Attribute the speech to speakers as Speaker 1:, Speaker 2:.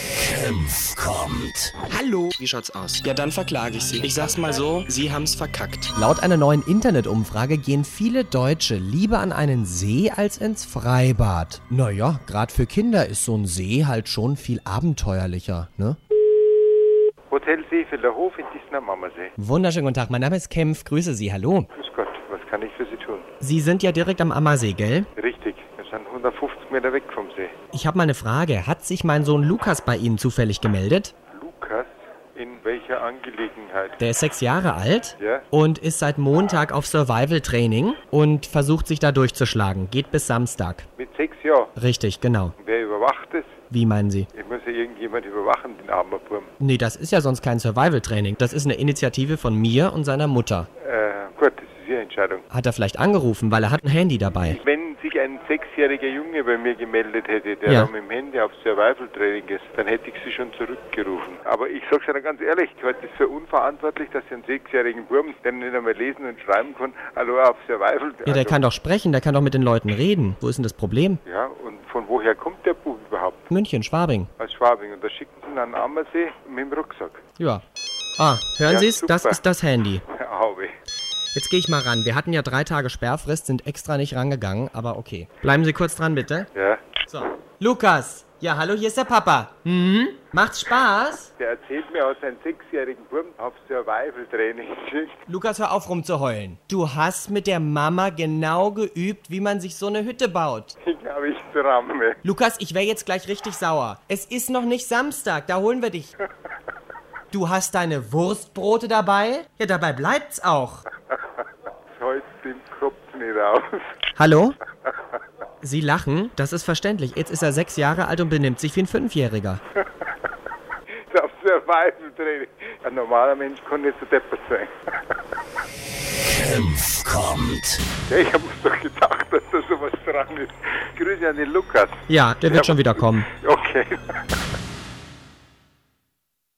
Speaker 1: Senf kommt.
Speaker 2: Hallo. Wie schaut's aus? Ja, dann verklage ich Sie. Ich sag's mal so, Sie haben's verkackt.
Speaker 3: Laut einer neuen Internetumfrage gehen viele Deutsche lieber an einen See als ins Freibad. Naja, gerade für Kinder ist so ein See halt schon viel abenteuerlicher, ne?
Speaker 4: Hotel Seefelder Hof in Disney am Ammersee.
Speaker 3: Wunderschönen guten Tag, mein Name ist Kempf, grüße Sie, hallo.
Speaker 4: Grüß Gott, was kann ich für Sie tun?
Speaker 3: Sie sind ja direkt am Ammersee, gell?
Speaker 4: Richtig, wir sind 150 Meter weg vom See.
Speaker 3: Ich habe mal eine Frage. Hat sich mein Sohn Lukas bei Ihnen zufällig gemeldet?
Speaker 4: Lukas, in welcher Angelegenheit?
Speaker 3: Der ist sechs Jahre alt
Speaker 4: Ja.
Speaker 3: und ist seit Montag auf Survival-Training und versucht sich da durchzuschlagen. Geht bis Samstag.
Speaker 4: Mit sechs Jahren.
Speaker 3: Richtig, genau.
Speaker 4: Wer überwacht es?
Speaker 3: Wie meinen Sie?
Speaker 4: Ich muss ja irgendjemand überwachen, den armen Burm.
Speaker 3: Nee, das ist ja sonst kein Survival-Training. Das ist eine Initiative von mir und seiner Mutter.
Speaker 4: Äh, gut, das ist Ihre Entscheidung.
Speaker 3: Hat er vielleicht angerufen, weil er hat ein Handy dabei.
Speaker 4: Wenn sich ein sechsjähriger Junge bei mir gemeldet hätte, der
Speaker 3: Ja.
Speaker 4: da mit dem Handy auf Survival-Training ist, dann hätte ich sie schon zurückgerufen. Aber ich sag's Ihnen ganz ehrlich, heute ist für unverantwortlich, dass Sie einen sechsjährigen Burm, der nicht einmal lesen und schreiben kann, hallo auf Survival...
Speaker 3: Ja, der
Speaker 4: also-
Speaker 3: kann doch sprechen, der kann doch mit den Leuten reden. Wo ist denn das Problem?
Speaker 4: Ja, und von woher kommt der Bub überhaupt?
Speaker 3: München, Schwabing.
Speaker 4: Aus Schwabing. Und da schicken sie ihn an den Ammersee mit dem Rucksack.
Speaker 3: Ja. Ah, hören
Speaker 4: Ja,
Speaker 3: Sie's? Das
Speaker 4: super.
Speaker 3: ist das Handy.
Speaker 4: Auwe.
Speaker 3: Jetzt gehe ich mal ran. Wir hatten ja drei Tage Sperrfrist, sind extra nicht rangegangen, aber okay. Bleiben Sie kurz dran, bitte.
Speaker 4: Ja.
Speaker 3: So. Lukas. Ja, hallo, hier ist der Papa. Hm? Macht's Spaß?
Speaker 4: Der erzählt mir aus seinem sechsjährigen Burm auf Survival-Training geschickt.
Speaker 3: Lukas, hör auf rumzuheulen. Du hast mit der Mama genau geübt, wie man sich so eine Hütte baut.
Speaker 4: Ich glaube, ich tramme.
Speaker 3: Lukas, ich wäre jetzt gleich richtig sauer. Es ist noch nicht Samstag, da holen wir dich. Du hast deine Wurstbrote dabei? Ja, dabei bleibt's auch.
Speaker 4: Heute im Kopf nicht aus.
Speaker 3: Hallo? Sie lachen, das ist verständlich. Jetzt ist er sechs Jahre alt und benimmt sich wie ein Fünfjähriger.
Speaker 4: Auf Survival-Training. Ein normaler Mensch kann nicht so deppert sein.
Speaker 1: Senf kommt.
Speaker 4: Ja, ich habe mir doch gedacht, dass da sowas dran ist. Grüße an den Lukas.
Speaker 3: Ja, der wird schon wieder kommen.
Speaker 4: Okay.